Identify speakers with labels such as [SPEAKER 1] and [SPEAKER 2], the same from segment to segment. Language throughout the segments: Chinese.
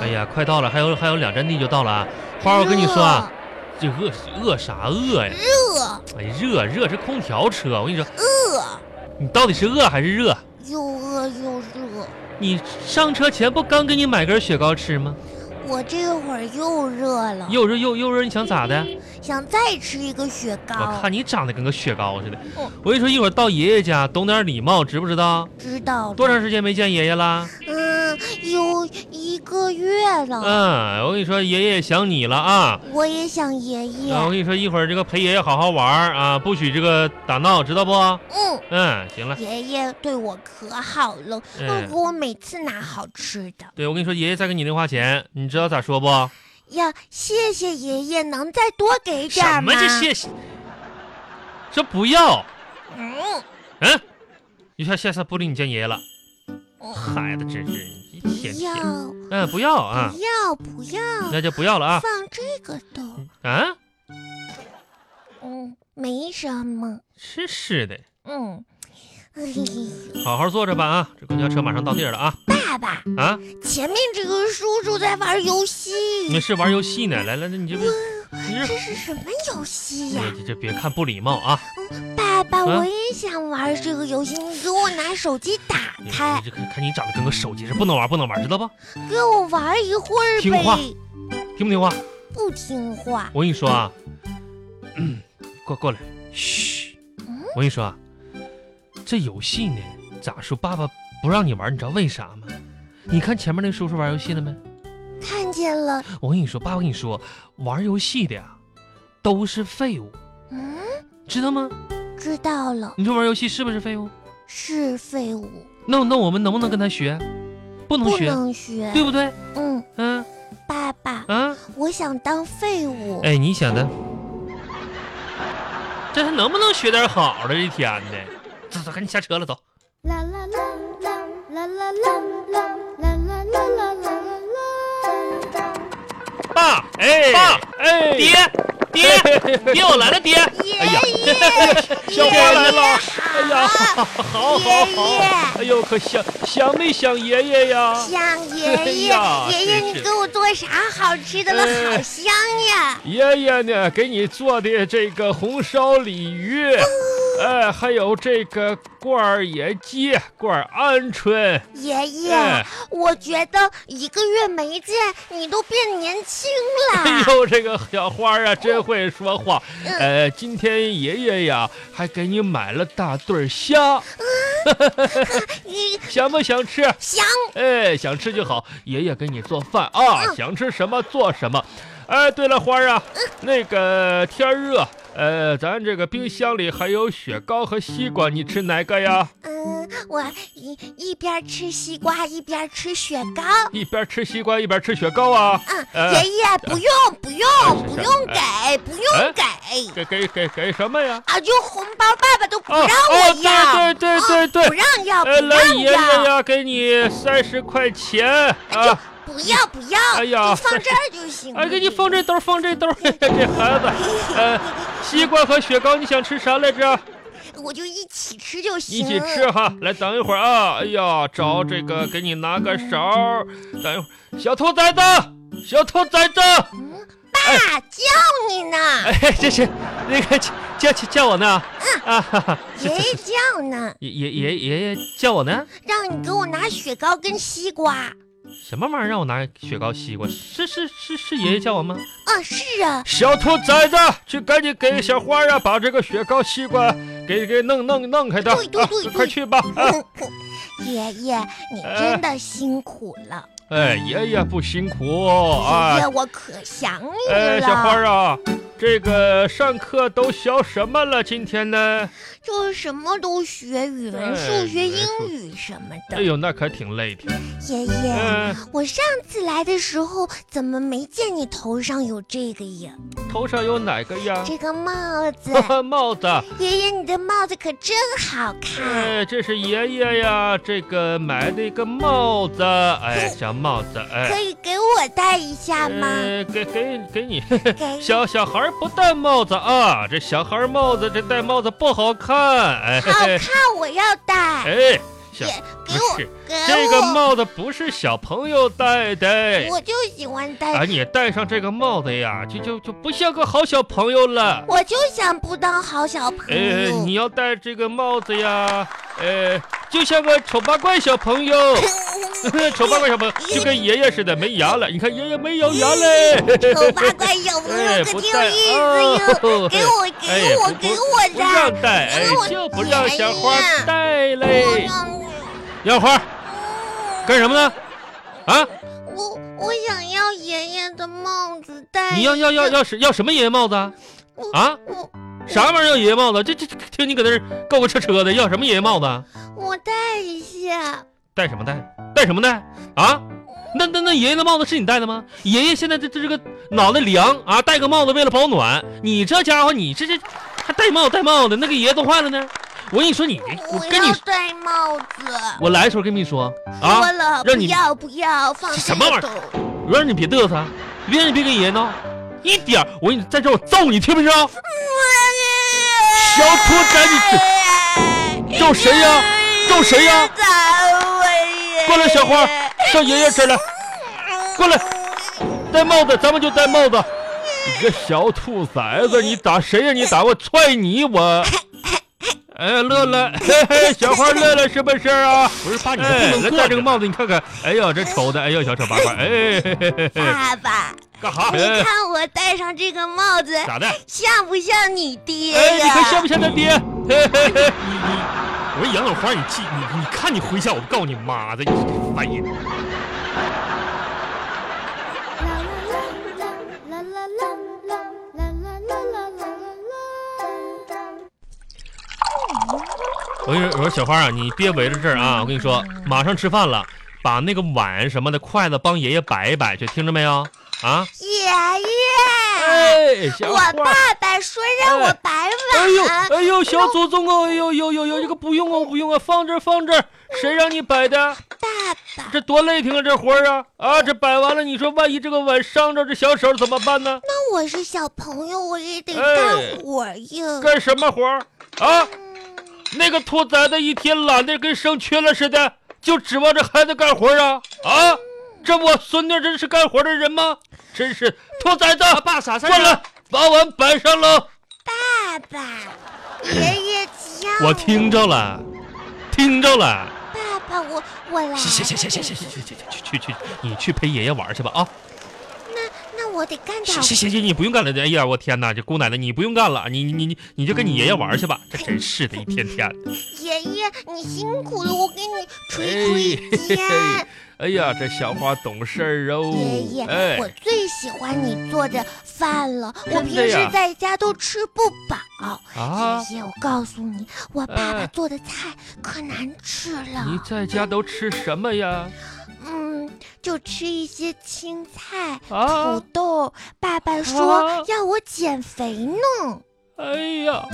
[SPEAKER 1] 哎呀，快到了，还有还有两站地就到了啊！花儿，我跟你说啊，这饿饿啥饿呀？
[SPEAKER 2] 热
[SPEAKER 1] 哎，热热是空调车，我跟你说，
[SPEAKER 2] 饿
[SPEAKER 1] 你到底是饿还是热？
[SPEAKER 2] 又饿又热，
[SPEAKER 1] 你上车前不刚给你买根雪糕吃吗？
[SPEAKER 2] 我这会儿又热了，
[SPEAKER 1] 又热又又热，你想咋的？
[SPEAKER 2] 想再吃一个雪
[SPEAKER 1] 我
[SPEAKER 2] 糕。
[SPEAKER 1] 看你长得跟个雪糕似的
[SPEAKER 2] 啊哦。
[SPEAKER 1] 我跟你说，一会儿到爷爷家懂点礼貌，知不知道？
[SPEAKER 2] 知道了
[SPEAKER 1] 多？长时间没见爷爷啦？
[SPEAKER 2] 嗯，有一个月了。
[SPEAKER 1] 嗯，我跟你说，爷爷想你了啊！
[SPEAKER 2] 我也想爷爷。
[SPEAKER 1] 啊，我跟你说，一会儿这个陪爷爷好好玩儿啊，不许这个打闹，知道不？
[SPEAKER 2] 嗯，
[SPEAKER 1] 嗯，行了。
[SPEAKER 2] 爷爷对我可好了，
[SPEAKER 1] 嗯
[SPEAKER 2] 嗯，给我每次拿好吃的。
[SPEAKER 1] 对，我跟你说，爷爷再给你零花钱，你知道咋说不？
[SPEAKER 2] 呀，谢谢爷爷，能再多给点
[SPEAKER 1] 什
[SPEAKER 2] 儿吗？
[SPEAKER 1] 么这谢谢？说不要，
[SPEAKER 2] 嗯，
[SPEAKER 1] 嗯，一下下次不领你见爷爷了。
[SPEAKER 2] 哦
[SPEAKER 1] 孩子真是一
[SPEAKER 2] 不
[SPEAKER 1] 天天
[SPEAKER 2] 要，，
[SPEAKER 1] 嗯，不要
[SPEAKER 2] 不
[SPEAKER 1] 啊，
[SPEAKER 2] 要，不要，
[SPEAKER 1] 那就不要了啊，
[SPEAKER 2] 放这个的，
[SPEAKER 1] 啊，
[SPEAKER 2] 嗯，没什么，
[SPEAKER 1] 真是的，
[SPEAKER 2] 嗯。嘿嘿嘿
[SPEAKER 1] 好好坐着吧啊，这公交车马上到地儿了啊
[SPEAKER 2] 爸爸，
[SPEAKER 1] 啊，
[SPEAKER 2] 前面这个叔叔在玩游戏，
[SPEAKER 1] 你是玩游戏呢？来来来，你这不，你这
[SPEAKER 2] 这是什么游戏呀、
[SPEAKER 1] 哎这这别看不礼貌啊，
[SPEAKER 2] 爸爸，
[SPEAKER 1] 啊
[SPEAKER 2] 我也想玩这个游戏，你给我拿手机打
[SPEAKER 1] 你
[SPEAKER 2] 开
[SPEAKER 1] 你，这看看你长得跟个手机似的，不能玩不能玩，知道不？
[SPEAKER 2] 给我玩一会儿
[SPEAKER 1] 听话
[SPEAKER 2] 呗。
[SPEAKER 1] 听不听话？
[SPEAKER 2] 不听话，
[SPEAKER 1] 我跟你说啊，过过来，嘘
[SPEAKER 2] 嗯，
[SPEAKER 1] 我跟你说啊，这游戏呢，咋说？爸爸不让你玩，你知道为啥吗？你看前面那叔叔玩游戏了没？
[SPEAKER 2] 看见了，
[SPEAKER 1] 我跟你说，爸爸跟你说，玩游戏的呀，都是废物，
[SPEAKER 2] 嗯，
[SPEAKER 1] 知道吗？
[SPEAKER 2] 知道了，
[SPEAKER 1] 你说玩游戏是不是废物？
[SPEAKER 2] 是废物，
[SPEAKER 1] 那那我们能不能跟他学？不能
[SPEAKER 2] 不
[SPEAKER 1] 学，
[SPEAKER 2] 能学。
[SPEAKER 1] 对不对？
[SPEAKER 2] 嗯，
[SPEAKER 1] 嗯
[SPEAKER 2] 爸爸，
[SPEAKER 1] 啊，
[SPEAKER 2] 我想当废物。
[SPEAKER 1] 哎，你想的，这还能不能学点好的？一天的，走走，赶紧下车了，走。
[SPEAKER 3] 啦啦啦啦啦啦啦啦啦啦啦啦啦啦啦。
[SPEAKER 1] 爸，
[SPEAKER 4] 哎
[SPEAKER 1] 爸，
[SPEAKER 4] 哎，
[SPEAKER 1] 爹， 爹，爹，我来了，爹。
[SPEAKER 2] 爷
[SPEAKER 1] 哎呀
[SPEAKER 2] 爷，
[SPEAKER 4] 小花来了，哎呀，好好好
[SPEAKER 2] 爷爷
[SPEAKER 4] 哎呦，可想想没想爷爷呀？
[SPEAKER 2] 想爷爷，
[SPEAKER 4] 哎呀
[SPEAKER 2] 爷爷，
[SPEAKER 4] 真是
[SPEAKER 2] 你给我做啥好吃的了？
[SPEAKER 4] 哎
[SPEAKER 2] 好香呀！
[SPEAKER 4] 爷爷呢，给你做的这个红烧鲤鱼，哎，还有这个罐儿野鸡、罐儿鹌鹑，
[SPEAKER 2] 爷爷
[SPEAKER 4] 哎，
[SPEAKER 2] 我觉得一个月没见，你都变年轻
[SPEAKER 4] 哎
[SPEAKER 2] 了。
[SPEAKER 4] 呦，这个小花儿啊，真会说话。呃，今天爷爷呀，还给你买了大对儿虾，
[SPEAKER 2] 你
[SPEAKER 4] 想不想吃？
[SPEAKER 2] 想
[SPEAKER 4] 哎，想吃就好，爷爷给你做饭啊，
[SPEAKER 2] 嗯
[SPEAKER 4] 想吃什么做什么。哎，对了，花儿啊，那个天儿热，呃，咱这个冰箱里还有雪糕和西瓜，你吃哪个呀？
[SPEAKER 2] 嗯，我一一边吃西瓜一边吃雪糕。
[SPEAKER 4] 一边吃西瓜一边吃雪糕啊？
[SPEAKER 2] 嗯，
[SPEAKER 4] 呃
[SPEAKER 2] 爷爷不用不用
[SPEAKER 4] 是
[SPEAKER 2] 不
[SPEAKER 4] 是
[SPEAKER 2] 用
[SPEAKER 4] 哎
[SPEAKER 2] 给不用
[SPEAKER 4] 哎
[SPEAKER 2] 给
[SPEAKER 4] 给给给给什么呀？
[SPEAKER 2] 啊！就红包，爸爸都不
[SPEAKER 4] 哦
[SPEAKER 2] 让我要
[SPEAKER 4] 哦，，对对对对
[SPEAKER 2] 不让要不
[SPEAKER 4] 哎，来
[SPEAKER 2] 让
[SPEAKER 4] 爷爷
[SPEAKER 2] 要，
[SPEAKER 4] 呀，给你三十块钱
[SPEAKER 2] 就
[SPEAKER 4] 啊！
[SPEAKER 2] 不要不要，
[SPEAKER 4] 哎呀
[SPEAKER 2] 你放这儿就行了。
[SPEAKER 4] 哎，给你放这兜，放这兜， 嘿嘿这孩子，呃，西瓜和雪糕，你想吃啥来着？
[SPEAKER 2] 我就一起吃就行。
[SPEAKER 4] 一起吃哎哈，来等一会儿啊！哎呀，找这个给你拿个勺儿，等一会儿。小兔崽子，小兔崽子，
[SPEAKER 2] 嗯，爸叫你呢，
[SPEAKER 4] 哎，这是那个叫叫叫我呢？啊哈哈，
[SPEAKER 2] 爷爷叫呢，
[SPEAKER 4] 爷爷爷爷爷叫我呢？
[SPEAKER 2] 让你给我拿雪糕跟西瓜。啊
[SPEAKER 1] 什么玩意儿让我拿雪糕、西瓜？是是是是爷爷叫我吗？
[SPEAKER 2] 啊，是啊，
[SPEAKER 4] 小兔崽子，去赶紧给小花呀、把这个雪糕、西瓜给给弄弄弄开它，
[SPEAKER 2] 对对
[SPEAKER 4] 啊
[SPEAKER 2] 对对嗯
[SPEAKER 4] 快去吧！啊，呃
[SPEAKER 2] 爷爷，你真的辛苦了，
[SPEAKER 4] 哎，爷爷不辛苦啊
[SPEAKER 2] 爷爷，。我可想你
[SPEAKER 4] 哎，
[SPEAKER 2] 了。
[SPEAKER 4] 小花啊，这个上课都学什么了？今天呢？
[SPEAKER 2] 就是什么都学，语文、
[SPEAKER 4] 哎
[SPEAKER 2] 数学、
[SPEAKER 4] 语文
[SPEAKER 2] 英
[SPEAKER 4] 数
[SPEAKER 2] 语什么
[SPEAKER 4] 哎
[SPEAKER 2] 的。
[SPEAKER 4] 呦，那可挺累的。
[SPEAKER 2] 爷爷，
[SPEAKER 4] 嗯，
[SPEAKER 2] 我上次来的时候怎么没见你头上有这个呀？
[SPEAKER 4] 头上有哪个呀？
[SPEAKER 2] 这个帽 子，
[SPEAKER 4] 帽子。
[SPEAKER 2] 爷爷，你的帽子可真好看。
[SPEAKER 4] 哎，这是爷爷呀，这个买的一个帽子。哎，小帽子，哎。
[SPEAKER 2] 可以给我戴一下吗？
[SPEAKER 4] 呃，给给给你，
[SPEAKER 2] 给
[SPEAKER 4] 小小孩儿不戴帽子啊，这小孩儿帽子这戴帽子不好看，哎
[SPEAKER 2] 好看，我要戴。
[SPEAKER 4] 哎，小
[SPEAKER 2] 也给
[SPEAKER 4] 不
[SPEAKER 2] 我，
[SPEAKER 4] 是，
[SPEAKER 2] 给
[SPEAKER 4] 这个
[SPEAKER 2] 我，
[SPEAKER 4] 帽子不是小朋友戴的。
[SPEAKER 2] 我就喜欢戴
[SPEAKER 4] 啊，，你戴上这个帽子呀，就就就不像个好小朋友了。
[SPEAKER 2] 我就想不当好小朋
[SPEAKER 4] 呃，
[SPEAKER 2] 友。
[SPEAKER 4] 你要戴这个帽子呀，呃，就像个丑八怪小朋友， 丑八怪小朋友就跟爷爷似的，没牙了。你看爷爷没有牙嘞，
[SPEAKER 2] 丑八怪小朋
[SPEAKER 4] 哎
[SPEAKER 2] 友可
[SPEAKER 4] 不
[SPEAKER 2] 挺有
[SPEAKER 4] 戴
[SPEAKER 2] 意思哟，
[SPEAKER 4] 哦
[SPEAKER 2] 给我，给我，给我
[SPEAKER 4] 不
[SPEAKER 2] 的。
[SPEAKER 4] 让戴，哎
[SPEAKER 2] 给我，哎
[SPEAKER 4] 就不让小花
[SPEAKER 2] 钱呀
[SPEAKER 4] 戴
[SPEAKER 2] 我
[SPEAKER 4] 嘞。
[SPEAKER 2] 让我
[SPEAKER 4] 小花干什么呢？啊，
[SPEAKER 2] 我我想要爷爷的帽子戴。
[SPEAKER 4] 你要要要要什要什么爷爷帽子啊？啊，
[SPEAKER 2] 我
[SPEAKER 4] 啥玩意儿要爷爷帽子？这这这听你搁那儿够个车车的，要什么爷爷帽子啊？
[SPEAKER 2] 我戴一下。
[SPEAKER 4] 戴什么戴？戴什么戴啊？那那那爷爷的帽子是你戴的吗？爷爷现在这这这个脑袋凉啊，戴个帽子为了保暖。你这家伙，你这这还戴帽戴帽的，那个爷爷冻坏了呢。我跟你说，你我
[SPEAKER 2] 我
[SPEAKER 4] 跟你
[SPEAKER 2] 要戴帽子。
[SPEAKER 4] 我来的时候跟你说啊
[SPEAKER 2] 说，了，
[SPEAKER 4] 让
[SPEAKER 2] 不
[SPEAKER 4] 你
[SPEAKER 2] 要不要放
[SPEAKER 4] 什么玩意儿
[SPEAKER 2] 这个斗
[SPEAKER 4] 我让你别嘚瑟啊，别让你别跟爷爷闹，一点儿我跟你在这儿我揍你，听不听？小兔崽
[SPEAKER 2] 你
[SPEAKER 4] 揍谁呀揍谁呀
[SPEAKER 2] 打我呀！
[SPEAKER 4] 过来小
[SPEAKER 2] 哎
[SPEAKER 4] 花上爷爷这儿来，过来戴帽子，咱们就戴帽子。你个小兔崽子，你打谁呀、你打我，踹你我！哎，乐乐，嘿嘿，小花乐乐是不是啊？
[SPEAKER 5] 不是爸，你
[SPEAKER 4] 哎，
[SPEAKER 5] 这不
[SPEAKER 4] 来
[SPEAKER 5] 能过着。
[SPEAKER 4] 戴这个帽子，你看看，哎呀，这丑的，哎呦，小丑八怪，哎，嘿嘿嘿嘿
[SPEAKER 2] 爸爸，
[SPEAKER 5] 干啥？
[SPEAKER 2] 你
[SPEAKER 4] 哎
[SPEAKER 2] 看我戴上这个帽子，
[SPEAKER 5] 咋的？
[SPEAKER 2] 像不像你爹
[SPEAKER 4] 哎，你
[SPEAKER 2] 呀？
[SPEAKER 4] 看像不像他爹？嘿嘿
[SPEAKER 5] 你
[SPEAKER 4] 嘿，
[SPEAKER 5] 你，我说杨老花，你记你你看你回家，我告你妈的，你这烦人。
[SPEAKER 3] 啦啦啦啦啦啦啦啦啦啦啦。
[SPEAKER 4] 我跟你说，我说小花啊，你别围着这儿啊！我跟你说，马上吃饭了，把那个碗什么的、筷子帮爷爷摆一摆去，听着没有？啊！
[SPEAKER 2] 爷爷，
[SPEAKER 4] 哎，小
[SPEAKER 2] 我
[SPEAKER 4] 花，
[SPEAKER 2] 爸爸说让我摆
[SPEAKER 4] 哎呦
[SPEAKER 2] 碗，
[SPEAKER 4] 哎呦，小祖宗哦，哎呦呦呦呦，这个不用哦，不用啊，放这儿放这儿，谁让你摆的？
[SPEAKER 2] 爸爸，
[SPEAKER 4] 这多累挺啊，这活儿啊啊！这摆完了，你说万一这个碗伤着这小手怎么办呢？
[SPEAKER 2] 那我是小朋友，我也得
[SPEAKER 4] 哎
[SPEAKER 2] 干活呀。
[SPEAKER 4] 干什么活儿啊？那个兔崽子一天懒得跟生缺了似的，就指望这孩子干活啊啊！这我孙女真是干活的人吗？真是兔崽子，
[SPEAKER 5] 爸，啥事
[SPEAKER 4] 过来把碗摆上喽！
[SPEAKER 2] 爸爸，爷爷叫
[SPEAKER 4] 我听着了，听着了。
[SPEAKER 2] 爸爸，我我来。
[SPEAKER 5] 行行行行行行行行，
[SPEAKER 4] 去去去，你去陪爷爷玩去吧啊！
[SPEAKER 2] 那那我得干点
[SPEAKER 4] 行行行行，你不用干了。哎呀，我天哪，这姑奶奶你不用干了，你你你你就跟你爷爷玩去吧。这真是的，一天天。
[SPEAKER 2] 爷爷，你辛苦了，我给你捶捶
[SPEAKER 4] 哎
[SPEAKER 2] 肩。
[SPEAKER 4] 哎呀，这小花懂事儿哦。
[SPEAKER 2] 爷爷，
[SPEAKER 4] 哎
[SPEAKER 2] 我最喜欢你做的饭了，我
[SPEAKER 4] 真
[SPEAKER 2] 平
[SPEAKER 4] 的呀
[SPEAKER 2] 时在家都吃不饱。
[SPEAKER 4] 啊，
[SPEAKER 2] 爷爷，我告诉你，我爸爸
[SPEAKER 4] 哎
[SPEAKER 2] 做的菜可难吃
[SPEAKER 4] 你
[SPEAKER 2] 了。
[SPEAKER 4] 在家都吃什么呀？
[SPEAKER 2] 嗯，就吃一些青菜、土
[SPEAKER 4] 啊，
[SPEAKER 2] 豆。爸爸说
[SPEAKER 4] 啊
[SPEAKER 2] 要我减肥呢。
[SPEAKER 4] 哎呀，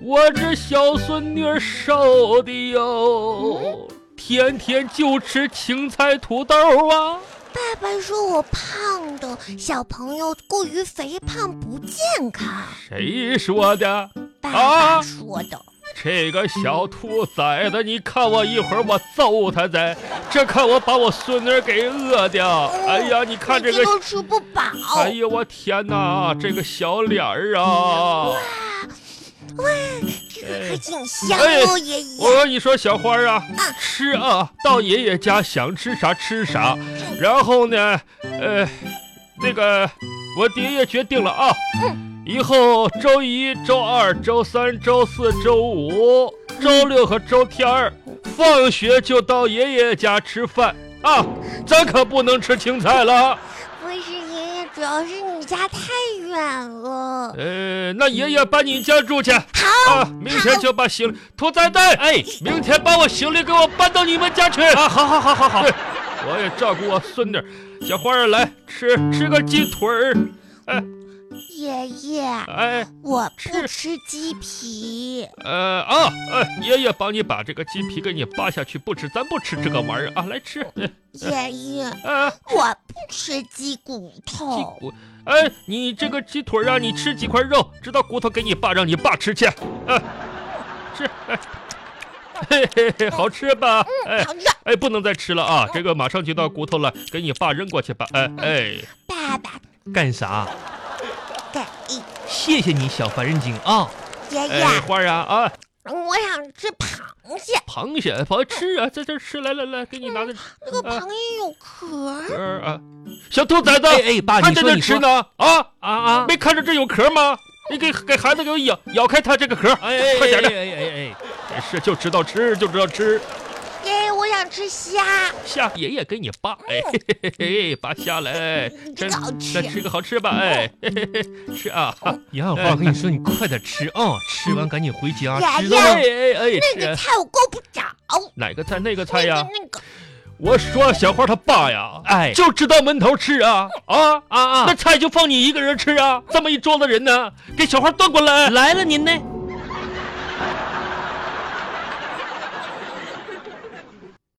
[SPEAKER 4] 我这小孙女儿瘦的哟，天天就吃芹菜土豆啊。
[SPEAKER 2] 爸爸说我胖的，小朋友过于肥胖不健康。
[SPEAKER 4] 谁说的？
[SPEAKER 2] 爸爸
[SPEAKER 4] 啊
[SPEAKER 2] 说的。
[SPEAKER 4] 这个小兔崽子，你看我一会儿我揍他去！这看我把我孙女儿给饿的，哎呀，你看这
[SPEAKER 2] 每天
[SPEAKER 4] 个
[SPEAKER 2] 都吃不饱。
[SPEAKER 4] 哎呀，我天哪，这个小脸儿啊！
[SPEAKER 2] 这个可挺香
[SPEAKER 4] 哎
[SPEAKER 2] 哦，爷
[SPEAKER 4] 我
[SPEAKER 2] 爷。
[SPEAKER 4] 跟你说，小花啊，吃啊，到爷爷家想吃啥吃啥。然后呢，呃，那个我爹也决定了啊，以后周一周二、周三、周四周五、周六和周天儿，放学就到爷爷家吃饭啊，咱可不能吃青菜了。
[SPEAKER 2] 不是爷爷，主要是你家太远了。
[SPEAKER 4] 呃，那爷爷搬你家
[SPEAKER 1] 嗯
[SPEAKER 4] 住去。
[SPEAKER 2] 好，
[SPEAKER 4] 啊，明天就把行李兔崽崽，哎，明天把我行李给我搬到你们家去啊！好好好好好，对，我也照顾我孙女儿，小花儿来吃吃个鸡腿儿，
[SPEAKER 2] 爷爷，
[SPEAKER 4] 哎
[SPEAKER 2] 我不
[SPEAKER 4] 是
[SPEAKER 2] 吃鸡皮。
[SPEAKER 4] 呃啊呃，爷爷帮你把这个鸡皮给你扒下去，不吃，咱不吃这个玩意儿啊，来吃，
[SPEAKER 2] 爷爷，
[SPEAKER 4] 啊，
[SPEAKER 2] 我不吃鸡骨
[SPEAKER 4] 鸡
[SPEAKER 2] 头。
[SPEAKER 4] 骨，哎，你这个鸡腿儿啊，你吃几块肉，直到骨头给你爸，让你爸吃去，啊，吃，哎，嘿嘿嘿，好吃吧？哎
[SPEAKER 2] 好热，
[SPEAKER 4] 哎，不能再吃了啊！这个马上就到骨头了，给你爸扔过去吧。哎哎，
[SPEAKER 2] 爸爸
[SPEAKER 1] 干啥？
[SPEAKER 2] 给一
[SPEAKER 1] 谢谢你，小凡人精啊、
[SPEAKER 2] 爷爷，
[SPEAKER 4] 哎，花儿啊啊，
[SPEAKER 2] 我想吃螃蟹，
[SPEAKER 4] 螃蟹，螃蟹吃啊，在这儿吃，来来来，给你拿着
[SPEAKER 2] 这个
[SPEAKER 4] 啊
[SPEAKER 2] 螃蟹有壳儿。
[SPEAKER 4] 壳儿啊，小兔崽子，
[SPEAKER 1] 哎哎，爸，
[SPEAKER 4] 还
[SPEAKER 1] 你
[SPEAKER 4] 在
[SPEAKER 1] 说
[SPEAKER 4] 这
[SPEAKER 1] 你
[SPEAKER 4] 吃
[SPEAKER 1] 说
[SPEAKER 4] 呢啊！
[SPEAKER 1] 啊啊！
[SPEAKER 4] 没看着这有壳吗？你给给孩子给我咬咬开它这个壳，
[SPEAKER 1] 哎哎，
[SPEAKER 4] 快点的，
[SPEAKER 1] 哎哎哎哎，
[SPEAKER 4] 真是就知道吃，就知道吃。
[SPEAKER 2] 爷爷，我想吃虾，
[SPEAKER 4] 虾爷爷给你扒，哎嘿嘿嘿，嘿，拔虾来，
[SPEAKER 2] 这
[SPEAKER 4] 真
[SPEAKER 2] 个好吃
[SPEAKER 4] 再。吃个好吃吧，哎，嘿嘿嘿，吃啊，哈
[SPEAKER 1] 杨小花，我跟你说，你快点吃啊、吃完赶紧回家，
[SPEAKER 2] 爷
[SPEAKER 1] 知道
[SPEAKER 4] 哎
[SPEAKER 1] 吗？
[SPEAKER 4] 哎哎，
[SPEAKER 2] 那
[SPEAKER 4] 吃
[SPEAKER 2] 个菜我够不着，
[SPEAKER 4] 哪个菜那个菜
[SPEAKER 2] 那
[SPEAKER 4] 呀
[SPEAKER 2] 个？那个
[SPEAKER 4] 我说小花她爸呀，
[SPEAKER 1] 哎
[SPEAKER 4] 就知道闷头吃啊啊，
[SPEAKER 1] 啊
[SPEAKER 4] 那
[SPEAKER 1] 啊！
[SPEAKER 4] 菜就放你一个人吃啊，这么一桌子人呢，给小花端过来。
[SPEAKER 1] 来了您呢，